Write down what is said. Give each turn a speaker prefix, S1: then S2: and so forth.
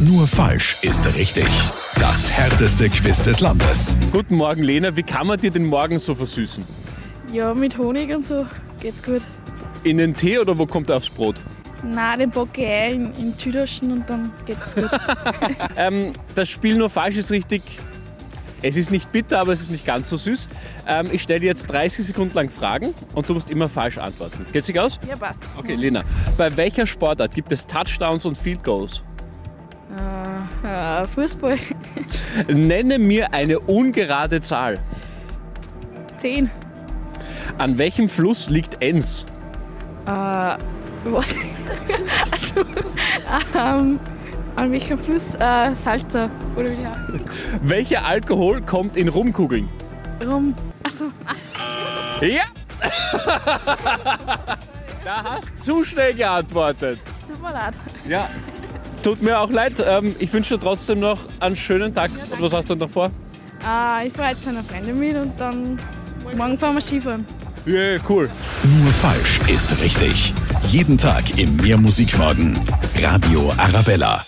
S1: Nur falsch ist richtig. Das härteste Quiz des Landes.
S2: Guten Morgen, Lena. Wie kann man dir den Morgen so versüßen?
S3: Ja, mit Honig und so geht's gut.
S2: In den Tee oder wo kommt er aufs Brot?
S3: Na, den packe ich ein in, in Tüderschen und dann geht's gut.
S2: Ähm, das Spiel nur falsch ist richtig. Es ist nicht bitter, aber es ist nicht ganz so süß. Ähm, ich stelle dir jetzt 30 Sekunden lang Fragen und du musst immer falsch antworten. Geht's sich aus?
S3: ja, passt.
S2: Okay, Lena. Bei welcher Sportart gibt es Touchdowns und Field Goals?
S3: Äh, Fußball.
S2: Nenne mir eine ungerade Zahl.
S3: 10.
S2: An welchem Fluss liegt Enns?
S3: Äh, was? also, ähm, an welchem Fluss? Äh, Salzer. Oder wie ja.
S2: Welcher Alkohol kommt in Rumkugeln?
S3: Rum. Achso,
S2: Ja! da hast du zu schnell geantwortet.
S3: tut mir leid.
S2: Ja. Tut mir auch leid. Ähm, ich wünsche dir trotzdem noch einen schönen Tag. Und was hast du noch vor?
S3: Äh, ich fahre jetzt zu einer Freundin mit und dann morgen fahren wir Skifahren.
S2: Ja, cool.
S1: Nur falsch ist richtig. Jeden Tag im Mehrmusikmorgen. Radio Arabella.